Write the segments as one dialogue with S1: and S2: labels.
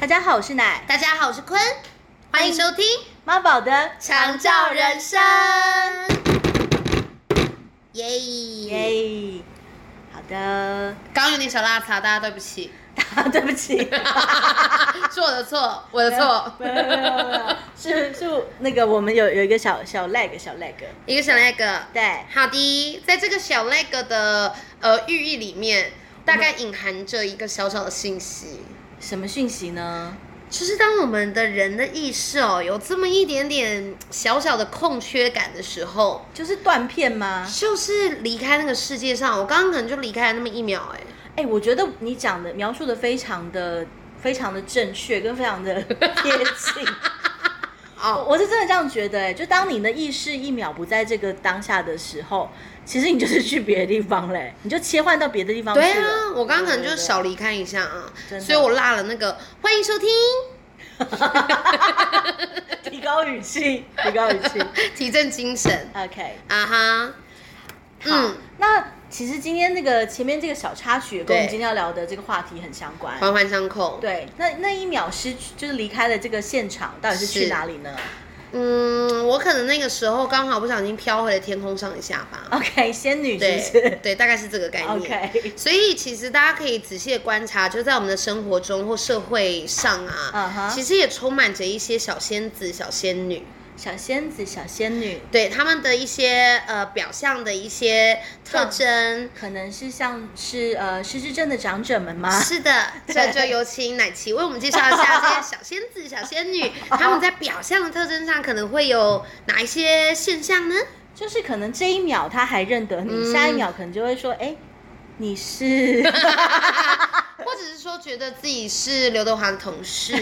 S1: 大家好，我是奶
S2: 大家好，我是坤，欢迎收听《
S1: 妈宝的
S2: 长照人生》。耶耶！
S1: 耶。好的，啊
S2: 刚刚有点小拉差，大家对不起，
S1: 对不起，
S2: 是我的错，我的错。
S1: 没有没有没有没有 是是那个我们有有一个小小 lag 小 lag，
S2: 一个小 leg。
S1: 对，
S2: 好的，在这个小 leg 的呃寓意里面，大概隐含着一个小小的信息。
S1: 什么讯息呢？
S2: 就是当我们的人的意识哦有这么一点点小小的空缺感的时候，
S1: 就是断片吗？
S2: 就是离开那个世界上，我刚刚可能就离开了那么一秒、哎，
S1: 哎、我觉得你讲的描述的非常的非常的正确，跟非常的贴近。
S2: 哦，
S1: 我是真的这样觉得、哎，就当你的意识一秒不在这个当下的时候，其实你就是去别的地方嘞、你就切换到别的地方去了。
S2: 对啊，我刚刚可能就是少离开一下啊，
S1: 真的
S2: 所以我落了那个欢迎收听，
S1: 提高语气，提高语 气。
S2: 提振精神
S1: OK，
S2: 啊哈，
S1: 嗯
S2: 嗯，，
S1: 那其实今天那个前面这个小插曲跟我们
S2: 对
S1: 今天要聊的这个话题很相关。
S2: 环环相扣，
S1: 对，那那一秒失去，就是离开了这个现场，到底是去
S2: 是
S1: 哪里呢
S2: 嗯，我可能那个时候刚好不小心飘回了天空上一下吧，
S1: ？OK，仙女哦是不
S2: 对
S1: 是
S2: 对，大概是这个概念。
S1: ？OK，
S2: 所以其实大家可以仔细的观察，就在我们的生活中或社会上啊
S1: 嗯哼
S2: 其实也充满着一些小仙子、小仙女，
S1: 小仙子、小仙女，
S2: 对他们的一些呃表象的一些特征。
S1: 可能是像是呃失智症的长者们 吗？
S2: 是的，这就有请奶琪为我们介绍一下这些小仙子、小仙 女，他们在表象的特征上可能会有哪一些现象呢？
S1: 就是可能这一秒他还认得你，
S2: 嗯
S1: 下一秒可能就会说，哎、你是
S2: 或者是说觉得自己是刘德华的同 事，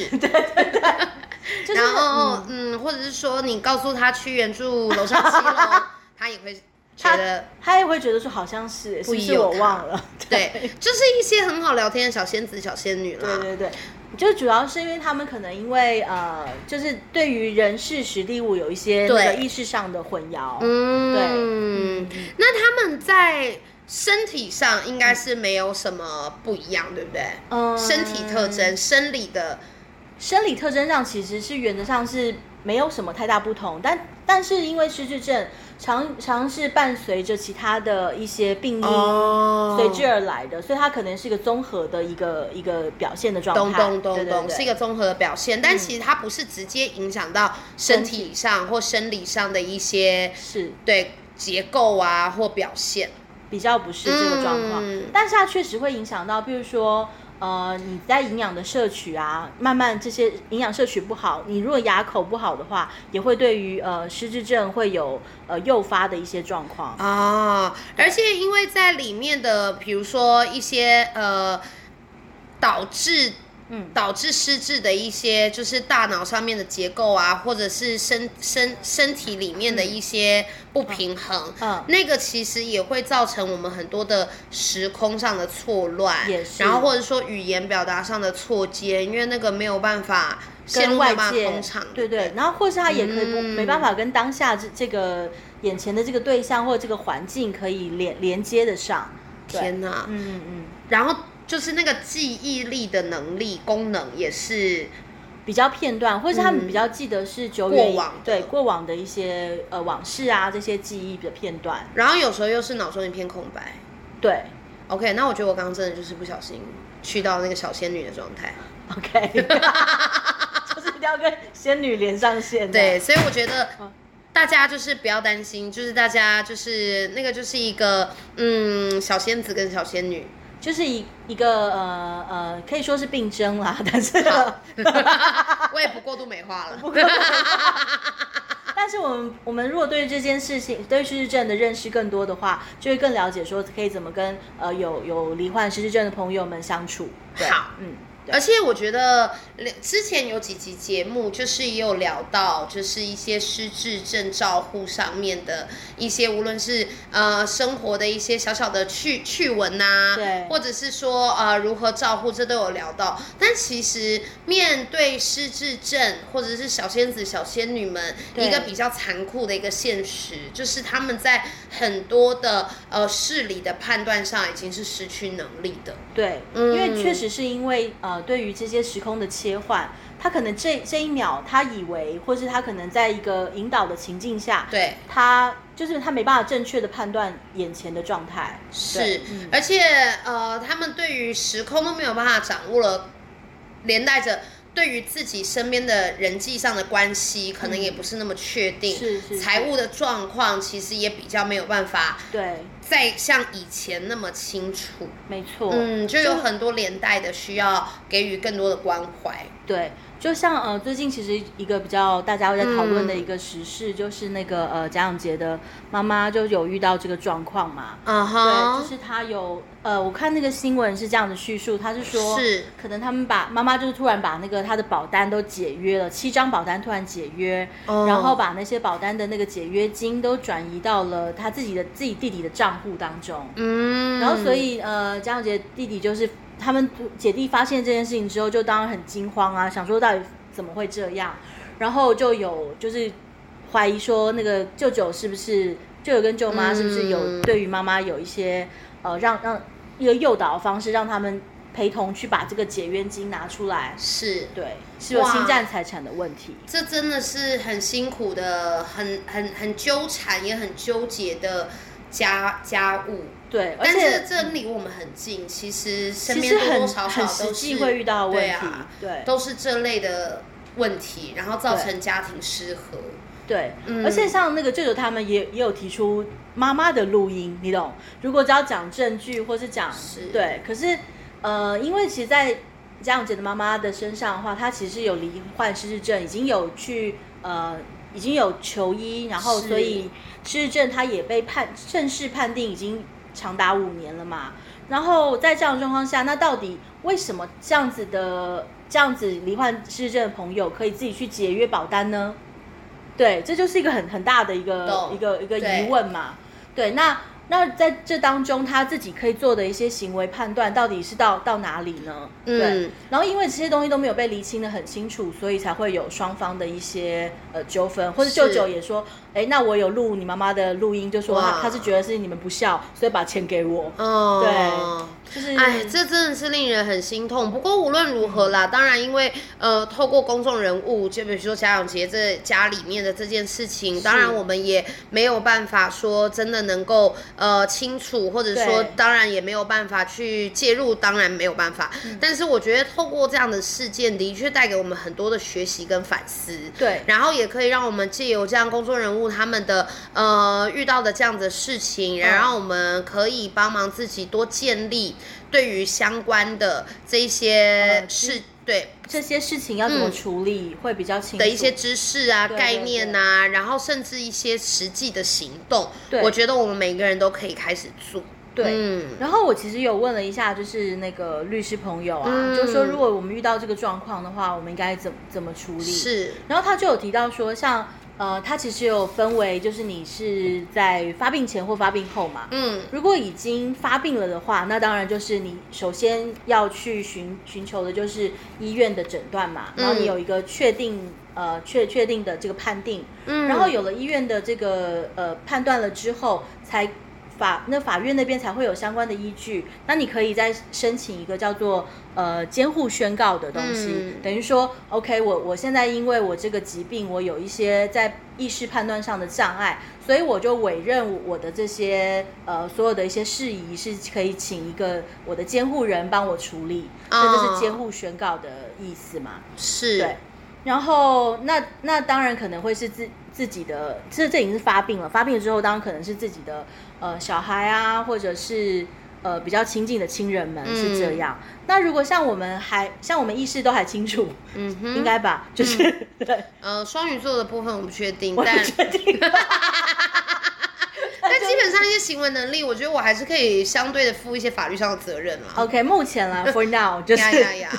S1: 就是
S2: 然后嗯或者是说你告诉他去原住楼上七 楼，他也会觉得
S1: 他也会觉得说好像是，是不
S2: 不疑
S1: 是
S2: 有
S1: 我
S2: 他
S1: 忘 了？
S2: 对，就是一些很好聊天的小仙子、小仙女
S1: 对
S2: 啦。
S1: 对对，就主要是因为他们可能因为呃，就是对于人事实地物有一些那
S2: 对
S1: 个意识上的混淆。
S2: 嗯，那他们在身体上应该是没有什么不一样，对不对？
S1: 嗯
S2: 身体特征、生理的，
S1: 生理特征上其实是原则上是没有什么太大不同，但但是因为失智症常常是伴随着其他的一些病因
S2: 哦
S1: 随之而来的，所以它可能是一个综合的一个一个表现的状
S2: 咚
S1: 态。
S2: 咚
S1: 对
S2: 咚
S1: 对
S2: 咚，
S1: 对
S2: 是一个综合的表现，但其实它不是直接影响到身体上或生理上的一些
S1: 是
S2: 对结构啊或表现。
S1: 比较不是这个状况，
S2: 嗯
S1: 但是它确实会影响到，比如说。呃，你在营养的摄取啊，慢慢这些营养摄取不好，你如果牙口不好的话，也会对于呃失智症会有呃诱发的一些状况。
S2: 啊，而且因为在里面的，比如说一些呃，导致
S1: 嗯
S2: 导致失智的一些，就是大脑上面的结构啊，或者是身身身体里面的一些不平衡，
S1: 嗯
S2: 那个其实也会造成我们很多的时空上的错乱，
S1: 也是
S2: 然后或者说语言表达上的错接，因为那个没有办法陷
S1: 跟
S2: 入没
S1: 外
S2: 有办法
S1: 界
S2: 通畅，
S1: 对对，然后或是他也可以不、
S2: 嗯
S1: 没办法跟当下这这个眼前的这个对象或者这个环境可以连连接得上。对
S2: 天哪，
S1: 嗯嗯，
S2: 然后就是那个记忆力的能力功能也是
S1: 比较片段，或是他们
S2: 嗯
S1: 比较记得是久远以
S2: 过往的
S1: 对过往的一些呃往事啊这些记忆的片段。
S2: 然后有时候又是脑中一片空白。
S1: 对
S2: OK，那我觉得我刚刚真的就是不小心去到那个小仙女的状态。
S1: ，OK，就是一定要跟仙女连上线的。
S2: 对，所以我觉得
S1: 嗯
S2: 大家就是不要担心，就是大家就是那个就是一个嗯小仙子跟小仙女，
S1: 就是一一个呃呃，可以说是病症啦，但是
S2: 我也不过度美化了。
S1: 但是我们我们如果对于这件事情，对于失智症的认识更多的话，就会更了解说可以怎么跟呃有有罹患失智症的朋友们相处。对
S2: 好
S1: 嗯，对
S2: 而且我觉得之前有几集节目，就是也有聊到，就是一些失智症照护上面的一些，无论是呃生活的一些小小的趣趣闻呐、
S1: 对
S2: 或者是说呃如何照护，这都有聊到。但其实面对失智症或者是小仙子、小仙女们，
S1: 对
S2: 一个比较残酷的一个现实，就是他们在很多的呃视力的判断上已经是失去能力的。
S1: 对，
S2: 嗯
S1: 因为确实是因为呃呃，对于这些时空的切换，他可能这这一秒他以为，或是他可能在一个引导的情境下，
S2: 对，
S1: 他就是他没办法正确的判断眼前的状态。对
S2: 是
S1: 嗯，
S2: 而且呃，他们对于时空都没有办法掌握了，连带着对于自己身边的人际上的关系，可能也不是那么确定，
S1: 是是是
S2: 财务的状况其实也比较没有办法
S1: 对，
S2: 再像以前那么清楚，
S1: 没错。
S2: 嗯，就有很多连带的需要给予更多的关怀，
S1: 对，就像呃，最近其实一个比较大家会在讨论的
S2: 嗯
S1: 一个时事，就是那个呃，贾永杰的妈妈就有遇到这个状况嘛。
S2: 啊
S1: 对，
S2: 哈
S1: 就，是他有呃，我看那个新闻是这样的叙述，他是说，
S2: 是
S1: 可能他们把妈妈就是突然把那个他的保单都解约了，七张保单突然解约，
S2: 哦
S1: 然后把那些保单的那个解约金都转移到了他自己的自己弟弟的账户当中。
S2: 嗯，
S1: 然后所以呃，江永杰弟弟就是他们姐弟发现这件事情之后，就当然很惊慌啊，想说到底怎么会这样，然后就有就是怀疑说那个舅舅是不是舅舅跟舅妈是不是有
S2: 嗯
S1: 对于妈妈有一些呃让让一个诱导的方式，让他们陪同去把这个解约金拿出来，
S2: 是
S1: 对，是有
S2: 哇
S1: 侵占财产的问题，
S2: 这真的是很辛苦的，很很很纠缠，也很纠结的家家务。
S1: 对，而
S2: 但是
S1: 且
S2: 这离我们很近，其实身
S1: 其
S2: 边
S1: 实
S2: 多
S1: 很
S2: 多少少
S1: 很
S2: 都是
S1: 实际会遇到的问
S2: 对
S1: 题，
S2: 啊，
S1: 对
S2: 都是这类的问题，然后造成家庭失和。
S1: 对，
S2: 嗯
S1: 而且像那个舅舅他们也也有提出妈妈的录音，你懂？如果只要讲证据或是讲
S2: 是
S1: 对，可是呃，因为其实，在嘉永杰的妈妈的身上的话，她其实有罹患失智症，已经有去呃。已经有求医，然后
S2: 是
S1: 所以失智症她也被判正式判定已经长达五年了嘛。然后在这样的状况下，那到底为什么这样子的这样子罹患失智症的朋友可以自己去解约保单呢？对，这就是一个很很大的一个
S2: 懂
S1: 一个一个
S2: 对
S1: 疑问嘛。对，那那在这当中，他自己可以做的一些行为判断，到底是到到哪里呢？对
S2: 嗯，
S1: 然后因为这些东西都没有被厘清的很清楚，所以才会有双方的一些呃纠纷，或者
S2: 是
S1: 舅舅也说，哎，那我有录你妈妈的录音，就说他
S2: 哇
S1: 他是觉得是你们不孝，所以把钱给我，嗯
S2: 哦，
S1: 就是
S2: 哎，这真的是令人很心痛。不过无论如何啦，当然因为呃，透过公众人物，就比如说贾永杰这家里面的这件事情，当然我们也没有办法说真的能够呃清楚，或者说
S1: 对
S2: 当然也没有办法去介入，当然没有办法。
S1: 嗯
S2: 但是我觉得透过这样的事件，的确带给我们很多的学习跟反思。
S1: 对
S2: 然后也可以让我们借由这样公众人物他们的呃遇到的这样的事情，
S1: 嗯
S2: 然后我们可以帮忙自己多建立对于相关的这一些
S1: 呃
S2: 事、对
S1: 这些事情要怎么
S2: 嗯
S1: 处理、会比较清楚
S2: 的一些知识啊、
S1: 对
S2: 概念啊，然后甚至一些实际的行动，
S1: 对
S2: 我觉得我们每个人都可以开始做。
S1: 对。
S2: 嗯，
S1: 然后我其实有问了一下，就是那个律师朋友啊，
S2: 嗯
S1: 就说如果我们遇到这个状况的话，我们应该怎么怎么处理？。
S2: 是
S1: 然后他就有提到说，像呃，他其实有分为，就是你是在发病前或发病后嘛。
S2: 嗯
S1: 如果已经发病了的话，那当然就是你首先要去寻寻求的就是医院的诊断嘛，然
S2: 嗯
S1: 后你有一个确定呃确确定的这个判定，
S2: 嗯，
S1: 然后有了医院的这个呃判断了之后，才法那法院那边才会有相关的依据。那你可以再申请一个叫做呃监护宣告的东西，
S2: 嗯
S1: 等于说，OK，我我现在因为我这个疾病，我有一些在意识判断上的障碍，所以我就委任我的这些呃所有的一些事宜是可以请一个我的监护人帮我处理，这就是
S2: 哦
S1: 监护宣告的意思嘛。
S2: 是
S1: 对，然后那那当然可能会是自自己的，这这已经是发病了，发病了之后当然可能是自己的呃小孩啊，或者是呃比较亲近的亲人
S2: 嗯
S1: 们是这样。那如果像我们还像我们意识都还清楚，
S2: 嗯哼，
S1: 应该吧，就是、 对，
S2: 呃双鱼座的部分我不确定，
S1: 我不
S2: 但
S1: 确定。
S2: 但基本上一些行为能力，我觉得我还是可以相对的负一些法律上的责任啦。
S1: OK，目前 啦，for now 就是
S2: 呀 呀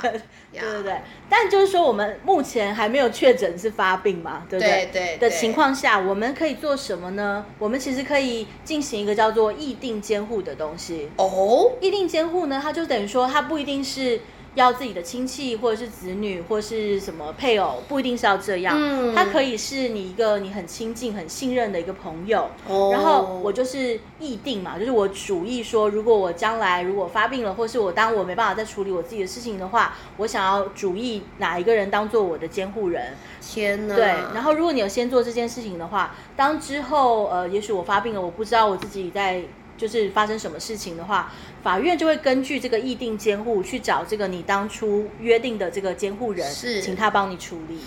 S1: 对
S2: 呀
S1: 对对，但就是说我们目前还没有确诊是发病嘛，对不对？
S2: 对对
S1: 的
S2: 对
S1: 情况下，我们可以做什么呢？我们其实可以进行一个叫做议定监护的东西。
S2: 哦，
S1: 议定监护呢，它就等于说它不一定是要自己的亲戚或者是子女或是什么配偶，不一定是要这样，
S2: 嗯
S1: 他可以是你一个你很亲近、很信任的一个朋友。
S2: 哦
S1: 然后我就是议定嘛，就是我主意说，如果我将来如果发病了，或是我当我没办法再处理我自己的事情的话，我想要主意哪一个人当做我的监护人。
S2: 天哪，
S1: 对，然后如果你有先做这件事情的话，当之后呃，也许我发病了，我不知道我自己在就是发生什么事情的话，法院就会根据这个议定监护去找这个你当初约定的这个监护人，
S2: 是
S1: 请他帮你处理。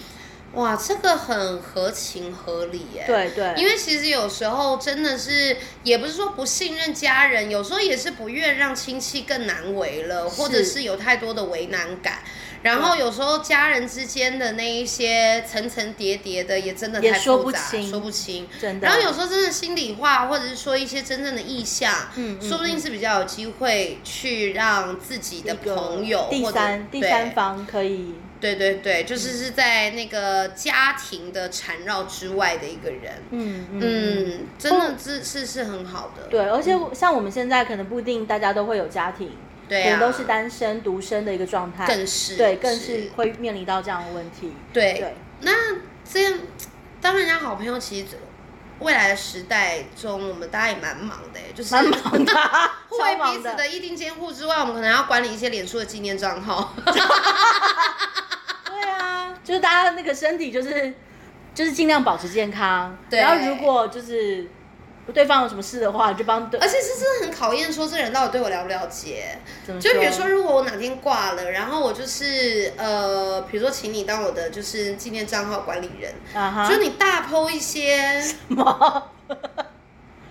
S2: 哇，这个很合情合理耶。
S1: 对对，
S2: 因为其实有时候真的是，也不是说不信任家人，有时候也是不愿让亲戚更难为了，或者是有太多的为难感。然后有时候家人之间的那一些层层叠叠的，也真的
S1: 也
S2: 太
S1: 说
S2: 复
S1: 不
S2: 杂，
S1: 清
S2: 说不清。
S1: 真的。
S2: 然后有时候真的心里话，或者是说一些真正的意向，
S1: 嗯嗯
S2: 说不定是比较有机会去让自己的
S1: 一个
S2: 朋友
S1: 第
S2: 或者
S1: 三第
S2: 对
S1: 三方可以
S2: 对对对，就是是在那个家庭的缠绕之外的一个人。
S1: 嗯嗯
S2: 嗯，真的是是是很好的。
S1: 对，而且像我们现在可能不一定大家都会有家庭，
S2: 对
S1: 可
S2: 啊，
S1: 能都是单身独身的一个状态，
S2: 更是
S1: 对，更是会面临到这样的问题。
S2: 对。
S1: 对，
S2: 那这样当人家好朋友，其实未来的时代中，我们大家也蛮忙的欸，就是
S1: 蛮 忙 的，
S2: 互
S1: 超
S2: 为
S1: 忙
S2: 彼此
S1: 的。
S2: 的一定监护之外，我们可能要管理一些脸书的纪念账号。
S1: 对啊，就是大家那个身体就是就是尽量保持健康，
S2: 对
S1: 然后如果就是对方有什么事的话，就帮对
S2: 而。且这真的很考验，说这人到底对我了不了解。
S1: 怎么
S2: 就比如说，，如果我哪天挂了，然后我就是呃，比如说请你当我的就是纪念账号管理人，
S1: 啊哈，
S2: 就你大剖一些
S1: 什么？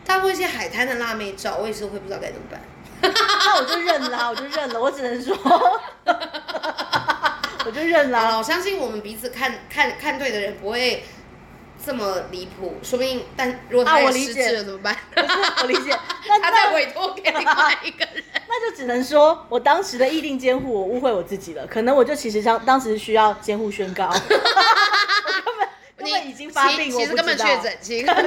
S2: 大剖一些海滩的辣妹照，我也是会不知道该怎么办。
S1: 那我就认了啊，我就认了，我只能说， 我就认了
S2: 好了，
S1: 啊。
S2: 我相信我们彼此看看看对的人不会这么离谱，说不定，但如果
S1: 啊
S2: 他也
S1: 我理
S2: 失
S1: 解
S2: 智了怎么办？
S1: 不是，我理解，那
S2: 他再
S1: 那
S2: 委托给另外一个人。
S1: 那就只能说我当时的意定监护，我误会我自己了，可能我就其实当当时需要监护宣 告，我根本根本已经发
S2: 其
S1: 病，
S2: 其
S1: 我
S2: 实
S1: 不
S2: 根本
S1: 知道
S2: 确诊，其实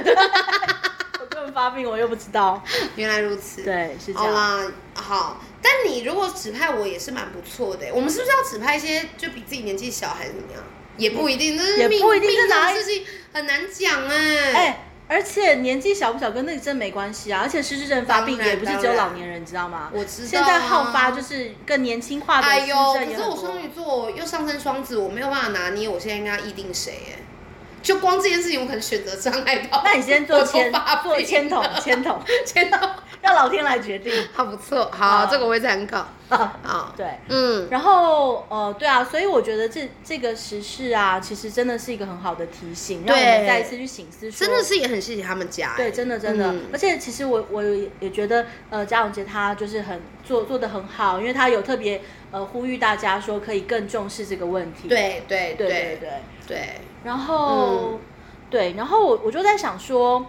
S1: 我根本发病，我又不知道。
S2: 原来如此。
S1: 对，是这
S2: 好
S1: 样。
S2: 啦，好。但你如果指派我也是蛮不错的欸，我们是不是要指派一些就比自己年纪小还是怎么样？也不一定，这是
S1: 也
S2: 命
S1: 不一定
S2: 命
S1: 这哪
S2: 的
S1: 一
S2: 事情很难讲哎、
S1: 哎、而且年纪小不小跟那个真没关系啊，而且失智症发病
S2: 当然
S1: 也不是只
S2: 当
S1: 有
S2: 然
S1: 老年人，你知道吗？
S2: 我知道啊
S1: 现在好发就是更年轻化的
S2: 哎
S1: 失智
S2: 呦，
S1: 症
S2: 可
S1: 也
S2: 是
S1: 很
S2: 我
S1: 多。
S2: 双鱼座又上升双子，我没有办法拿捏，我现在应该要议定谁哎？就光这件事情，我可能选择障碍到。
S1: 那你先做
S2: 牵
S1: 签，做签筒， 签筒，
S2: 签筒，
S1: 让老天来决定。
S2: 好不错，好，
S1: 好
S2: 这个我会参考。
S1: 啊
S2: 好，
S1: 对，
S2: 嗯，
S1: 然后呃，对啊，所以我觉得这这个时事啊，其实真的是一个很好的提醒，让我
S2: 对
S1: 们再一次去醒思说，
S2: 真的是也很谢谢他们家欸。
S1: 对，真的真的，
S2: 嗯
S1: 而且其实我我也也觉得，呃，嘉永杰他就是很做做的很好，因为他有特别呃呼吁大家说可以更重视这个问题。
S2: 对对
S1: 对对
S2: 对
S1: 对，
S2: 对，
S1: 然后、
S2: 嗯
S1: 对，然后我我就在想说，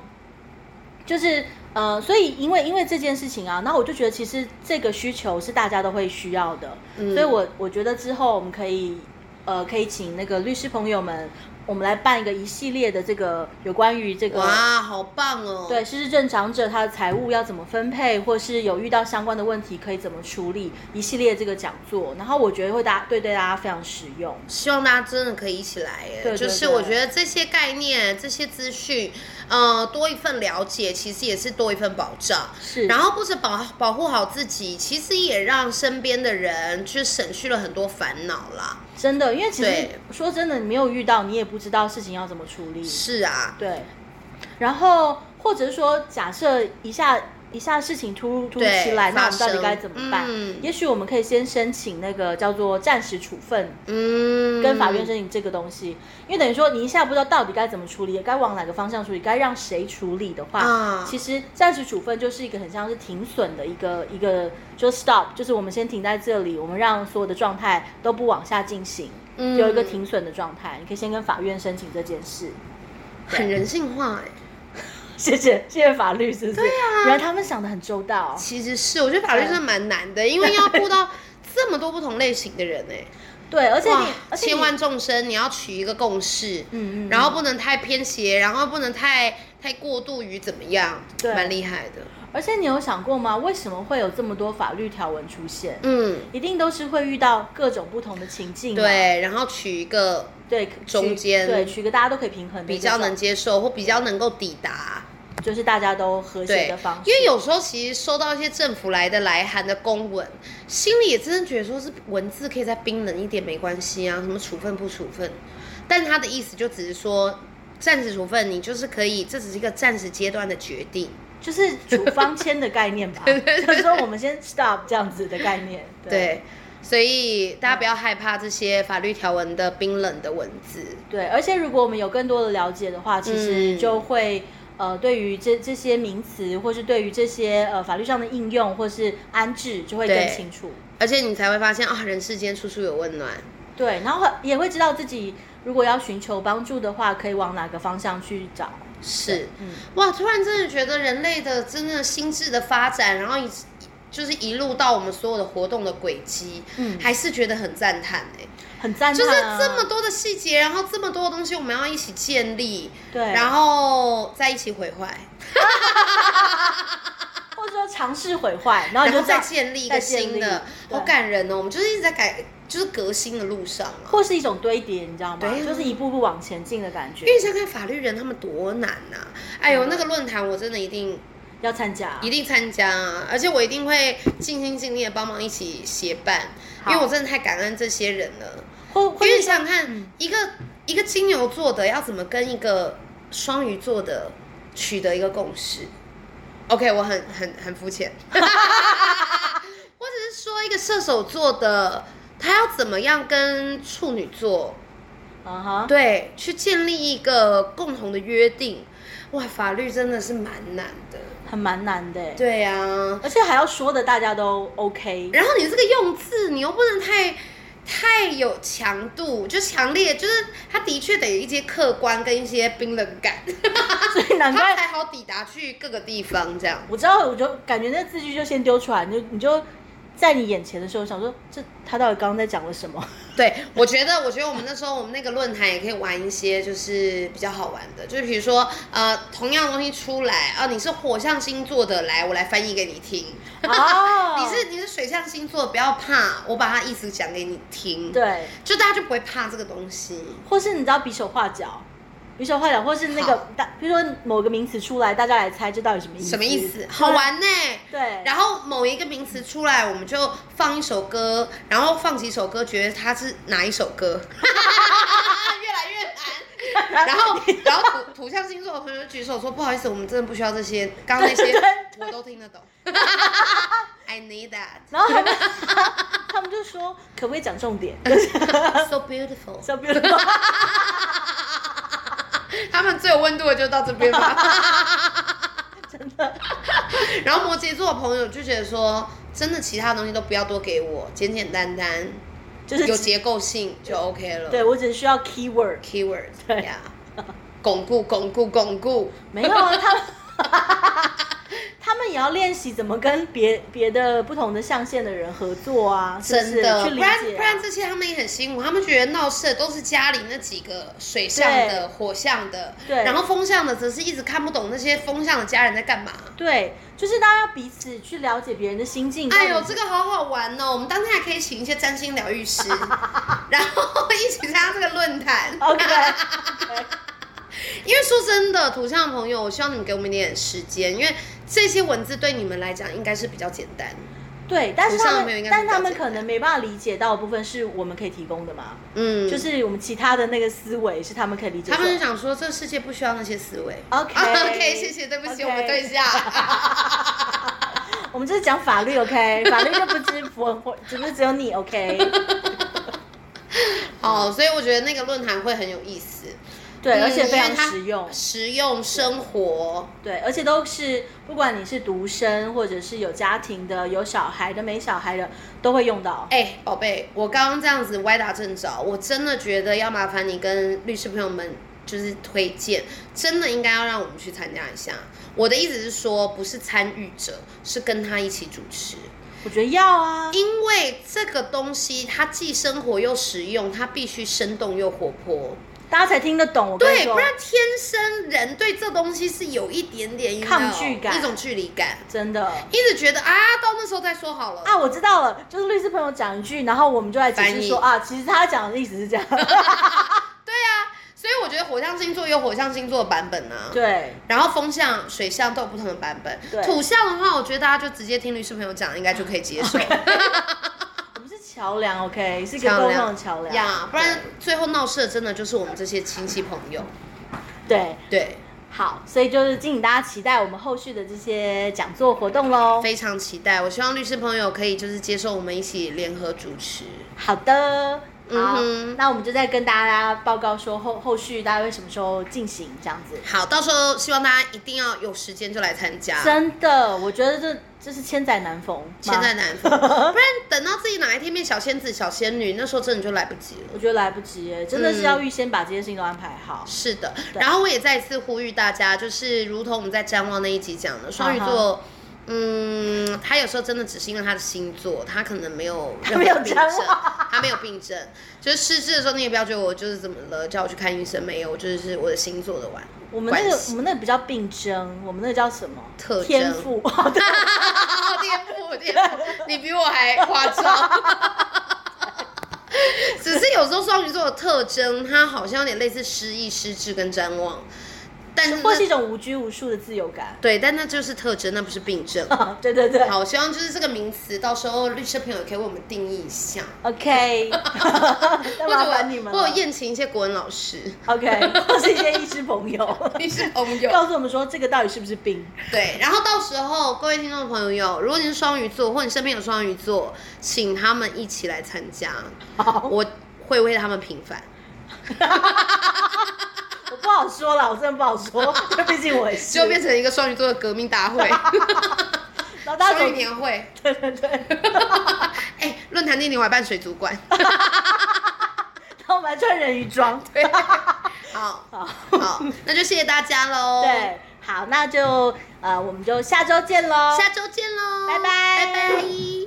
S1: 就是呃，所以因为因为这件事情啊，那我就觉得其实这个需求是大家都会需要的，
S2: 嗯
S1: 所以我我觉得之后我们可以呃可以请那个律师朋友们，我们来办一个一系列的这个有关于这个
S2: 哇，好棒哦！
S1: 对，失智症长者他的财务要怎么分配，或是有遇到相关的问题可以怎么处理，一系列这个讲座，然后我觉得会大对对大家非常实用。
S2: 希望大家真的可以一起来耶！
S1: 对对
S2: 就是
S1: 对
S2: 我觉得这些概念、这些资讯，呃，多一份了解，其实也是多一份保障。
S1: 是，
S2: 然
S1: 后
S2: 后不止保保护好自己，其实也让身边的人去省去了很多烦恼啦。
S1: 真的，因为其实
S2: 对
S1: 说真的，你没有遇到，你也不知道事情要怎么处理。
S2: 是啊，
S1: 对，然后或者是说，假设一下一下事情突如突如
S2: 对
S1: 其来，那我
S2: 发
S1: 们到底
S2: 生
S1: 该怎么办？
S2: 嗯
S1: 也许我们可以先申请那个叫做暂时处分
S2: 嗯，
S1: 跟法院申请这个东西，因为等于说你一下不知道到底该怎么处理，该往哪个方向处理，该让谁处理的话，
S2: 啊
S1: 其实暂时处分就是一个很像是停损的一个一个，就 stop，就是我们先停在这里，我们让所有的状态都不往下进行，
S2: 嗯
S1: 有一个停损的状态，你可以先跟法院申请这件事。
S2: 很人性化哎。
S1: 谢谢谢谢法律，是不是？对啊，原来他们想的很周到。
S2: 其实是，我觉得法律
S1: 啊
S2: 真的蛮难的，因为要顾到这么多不同类型的人哎，
S1: 对，而且
S2: 哇
S1: 你，而且
S2: 千
S1: 你，
S2: 万众生，你要取一个共识，
S1: 嗯嗯，
S2: 然后不能太偏斜，然后不能太太过度于怎么样，
S1: 对
S2: 蛮厉害的。
S1: 而且你有想过吗？为什么会有这么多法律条文出现？
S2: 嗯，
S1: 一定都是会遇到各种不同的情境嘛、
S2: 对，然后取一个
S1: 对，
S2: 中
S1: 取
S2: 间
S1: 对取个大家都可以平衡的
S2: 比
S1: 一个
S2: 较
S1: 状
S2: 能接受或比较能够抵达。
S1: 就是大家都和谐
S2: 对
S1: 的方，式。
S2: 因为有时候其实收到一些政府来的来函的公文，心里也真的觉得说是文字可以再冰冷一点没关系啊，什么处分不处分，但他的意思就只是说暂时处分，你就是可以，这只是一个暂时阶段的决定。
S1: 就是处方签的概 念吧，就是说我们先 stop 这样子的概念。
S2: 对，所以大家不要害怕这些法律条文的冰冷的文字。
S1: 对，而且如果我们有更多的了解的话，其实
S2: 嗯
S1: 就会、呃，对于这这些名词，或是对于这些呃法律上的应用，或是安置，就会更
S2: 对
S1: 清楚。
S2: 而且你才会发现啊、人世间处处有温暖。
S1: 对，然后也会知道自己如果要寻求帮助的话，可以往哪个方向去找。
S2: 是，
S1: 嗯，
S2: 哇，突然真的觉得人类的真的心智的发展，然后一就是一路到我们所有的活动的轨迹，
S1: 嗯
S2: 还是觉得很赞叹哎、
S1: 很赞
S2: 就
S1: 叹
S2: 是
S1: 啊、
S2: 这么多的细节，然后这么多的东西，我们要一起建立，
S1: 对，
S2: 然后再一起毁坏，
S1: 或者说尝试毁坏，然后
S2: 然
S1: 你就
S2: 后
S1: 知
S2: 再
S1: 道，
S2: 建立一
S1: 哦再
S2: 个
S1: 建立
S2: 新的，
S1: 对
S2: 好感人哦！我们就是一直在改，就是革新的路上啊。
S1: 或是一种堆叠，你知道吗？
S2: 对啊
S1: 就是一步步往前进的感觉
S2: 因。为你想想看法律人他们多难呐、
S1: 嗯
S2: 哎呦，那个论坛我真的一定
S1: 要参加，
S2: 一定参加啊，而且我一定会尽心尽力的帮忙一起协办，
S1: 好
S2: 因为我真的太感恩这些人了。
S1: 或或
S2: 因
S1: 是
S2: 为你想想看，一个一个金牛座的要怎么跟一个双鱼座的取得一个共识？OK，我很很很肤浅， 我只是说一个射手座的他要怎么样跟处女座
S1: 嗯哼，
S2: 对，去建立一个共同的约定。哇，法律真的是蛮难的。
S1: 很蛮难的欸。
S2: 对啊，
S1: 而且还要说的大家都 OK，
S2: 然后你这个用字，你又不能太太有强度，就强烈，就是它的确得有一些客观跟一些冰冷感，
S1: 所以难
S2: 它
S1: 怪
S2: 才好抵达去各个地方这样。
S1: 我知道，我就感觉那字句就先丢出来，你就你就在你眼前的时候想说，这他到底刚刚在讲了什 么？
S2: 对，我觉得，我觉得我们那时候我们那个论坛也可以玩一些，就是比较好玩的，就是比如说，呃，同样的东西出来啊，你是火象星座的，来，我来翻译给你听。
S1: 哦
S2: 你是你是水象星座，不要怕，我把它意思讲给你听，，
S1: 对，
S2: 就大家就不会怕这个东西。
S1: 或是你知道比手画脚，比手画脚，或是那
S2: 好
S1: 个大，比如说某个名词出来，大家来猜这到底什么意思？
S2: 什么意思？好玩呢、
S1: 对？对，
S2: 然后某一个名词出来，我们就放一首歌，然后放几首歌，觉得它是哪一首歌， 越来越难。 然后，然后土土象星座的朋友就举手说：“不好意思，我们真的不需要这些，刚刚那 些
S1: 对对
S2: 我都听得 懂。I need that,
S1: 然后 他们他们就说，可不可以讲重点？就是
S2: so beautiful。
S1: 小比如说，
S2: 他们最有温度的就到这边吧。
S1: 真的，
S2: 然后摩羯座的朋友就觉得说，真的其他东西都不要多给我，简简单单，
S1: 就是
S2: 有结构性就 OK 了。
S1: 对我只需要 keyword，
S2: ，keyword，
S1: 对
S2: 呀，巩固，巩固，巩固。
S1: 没有 啊，他们他们也要练习怎么跟别别的不同的象限的人合作啊，是不
S2: 真
S1: 是
S2: 的，
S1: 去
S2: 不
S1: 理
S2: 然
S1: 解啊、
S2: 不然这些他们也很辛苦，他们觉得闹事的都是家里那几个水象的、火象的，
S1: 对
S2: 然后风象的则是一直看不懂那些风象的家人在干嘛。
S1: 对，就是大家要彼此去了解别人的心境。
S2: 哎
S1: 这
S2: 呦，
S1: 样子
S2: 这个好好玩哦！我们当天还可以请一些占星疗 愈师，然后一起参加这个论坛。
S1: OK，
S2: 因为说真的，土象的朋友，我希望你们给我们一点时间，因为这些文字对你们来讲应该是比较简单。
S1: 对，但是他
S2: 图像没有应
S1: 们
S2: 该，
S1: 但是
S2: 是比较
S1: 他们
S2: 简
S1: 可能没办法理解到的部分是我们可以提供的嘛，
S2: 嗯，
S1: 就是我们其他的那个思维是他们可以理解
S2: 他
S1: 的。
S2: 们就想说，这世界不需要那些思维。
S1: OK
S2: OK，谢谢，对不起
S1: OK
S2: 我们对一下。
S1: 我们就是讲法律，OK，法 律就不知不，只不是只有你，OK，
S2: 好，所以我觉得那个论坛会很有意思，
S1: 对，
S2: 嗯
S1: 而且非
S2: 因为
S1: 常
S2: 它
S1: 实用，
S2: 实用生活。
S1: 对，而且都是不管你是独生或者是有家庭的、有小孩的、没小孩的，都会用到。
S2: 哎、宝贝，我刚刚这样子歪打正着，我真的觉得要麻烦你跟律师朋友们就是推荐，真的应该要让我们去参加一下。我的意思是说，不是参与者，是跟他一起主持。
S1: 我觉得要啊，
S2: 因为这个东西它既生活又实用，它必须生动又活泼。
S1: 大家才听得懂。我跟你
S2: 对，
S1: 说
S2: 不，然天生人对这东西是有一点点 you know，
S1: 抗拒感
S2: 一种距离感，
S1: 真的
S2: 一直觉得啊，到那时候再说好了。
S1: 啊，我知道了，就是律师朋友讲一句，然后我们就来解释
S2: 翻译
S1: 说啊，其实他讲的意思是这 样。
S2: 对啊，所以我觉得火象星座有火象星座的版本啊。
S1: 对，
S2: 然后风象、水象都有不同的版本
S1: 对。
S2: 土象的话，我觉得大家就直接听律师朋友讲，应该就可以接受。
S1: 我们是桥梁，OK，是一个
S2: 桥
S1: 沟
S2: 梁
S1: 通的桥梁。
S2: 呀，不然最后闹事的真的就是我们这些亲戚朋友。
S1: 对，
S2: 对，
S1: 好，所以就是敬请大家期待我们后续的这些讲座活动喽。
S2: 非常期待。我希望律师朋友可以就是接受我们一起联合主持。
S1: 好的，好
S2: 嗯，哼
S1: 那我们就再跟大家报告说后后续大概会什么时候进行这样子。
S2: 好，到时候希望大家一定要有时间就来参加。
S1: 真的，我觉得这这是千载难逢。
S2: 千
S1: 妈，
S2: 载 难逢，不然等到自己哪一天变小仙子、小仙女，那时候真的就来不及了。
S1: 我觉得来不及耶，真的是要预先把这些事情都安排好。
S2: 嗯是的，
S1: 对
S2: 然后我也再一次呼吁大家，就是如同我们在展望那一集讲的，双鱼
S1: 啊
S2: 座，嗯，他有时候真的只是因为他的星座，他可能没有
S1: 他
S2: 任何
S1: 没有
S2: 病
S1: 展
S2: 症
S1: 望，
S2: 他没有病症，就是失智的时候，你也不要觉得我就是怎么了，叫我去看医生没有，我就是我的星座的玩。
S1: 我们那个
S2: 关系
S1: 我们那个比较病症，我们那个叫什么？
S2: 特征
S1: 天 赋。哦对
S2: 颠覆颠覆，你比我还夸张。 只是有时候双鱼座的特征，它好像有点类似失忆、失智跟瞻望，但是
S1: 或是一
S2: 那
S1: 种无拘无束的自由感。
S2: 对，但那就是特征，那不是病症。
S1: 对对对
S2: 好，希望就是这个名词，到时候律师朋友可以为我们定义一下，
S1: ，OK， 再
S2: 或者
S1: 麻
S2: 我
S1: 烦你们啊
S2: 或
S1: 了
S2: 者。宴请一些国文 老师、
S1: OK，或是一些医师朋 友，
S2: 律师朋友。
S1: 告诉我们说这个到底是不是病？
S2: 对，然后到时候各位听众朋友，如果你是双鱼座，或你身边有双鱼座，请他们一起来参加，
S1: 好，
S2: 我会为他们平反。
S1: 我不好说了，我真的不好说，因为毕竟我也是。
S2: 就变成一个双鱼座的革命大会、
S1: 然后 大家
S2: 双
S1: 总
S2: 鱼年会。
S1: 对对对，然
S2: 哎、论坛那年我还办水族馆。
S1: 后我们还穿人鱼装。
S2: 好，
S1: 好，
S2: 好，那就谢谢大家喽。，
S1: 对，好，那就呃，我们就下周见喽。
S2: 下周见喽，
S1: 拜拜
S2: 拜拜。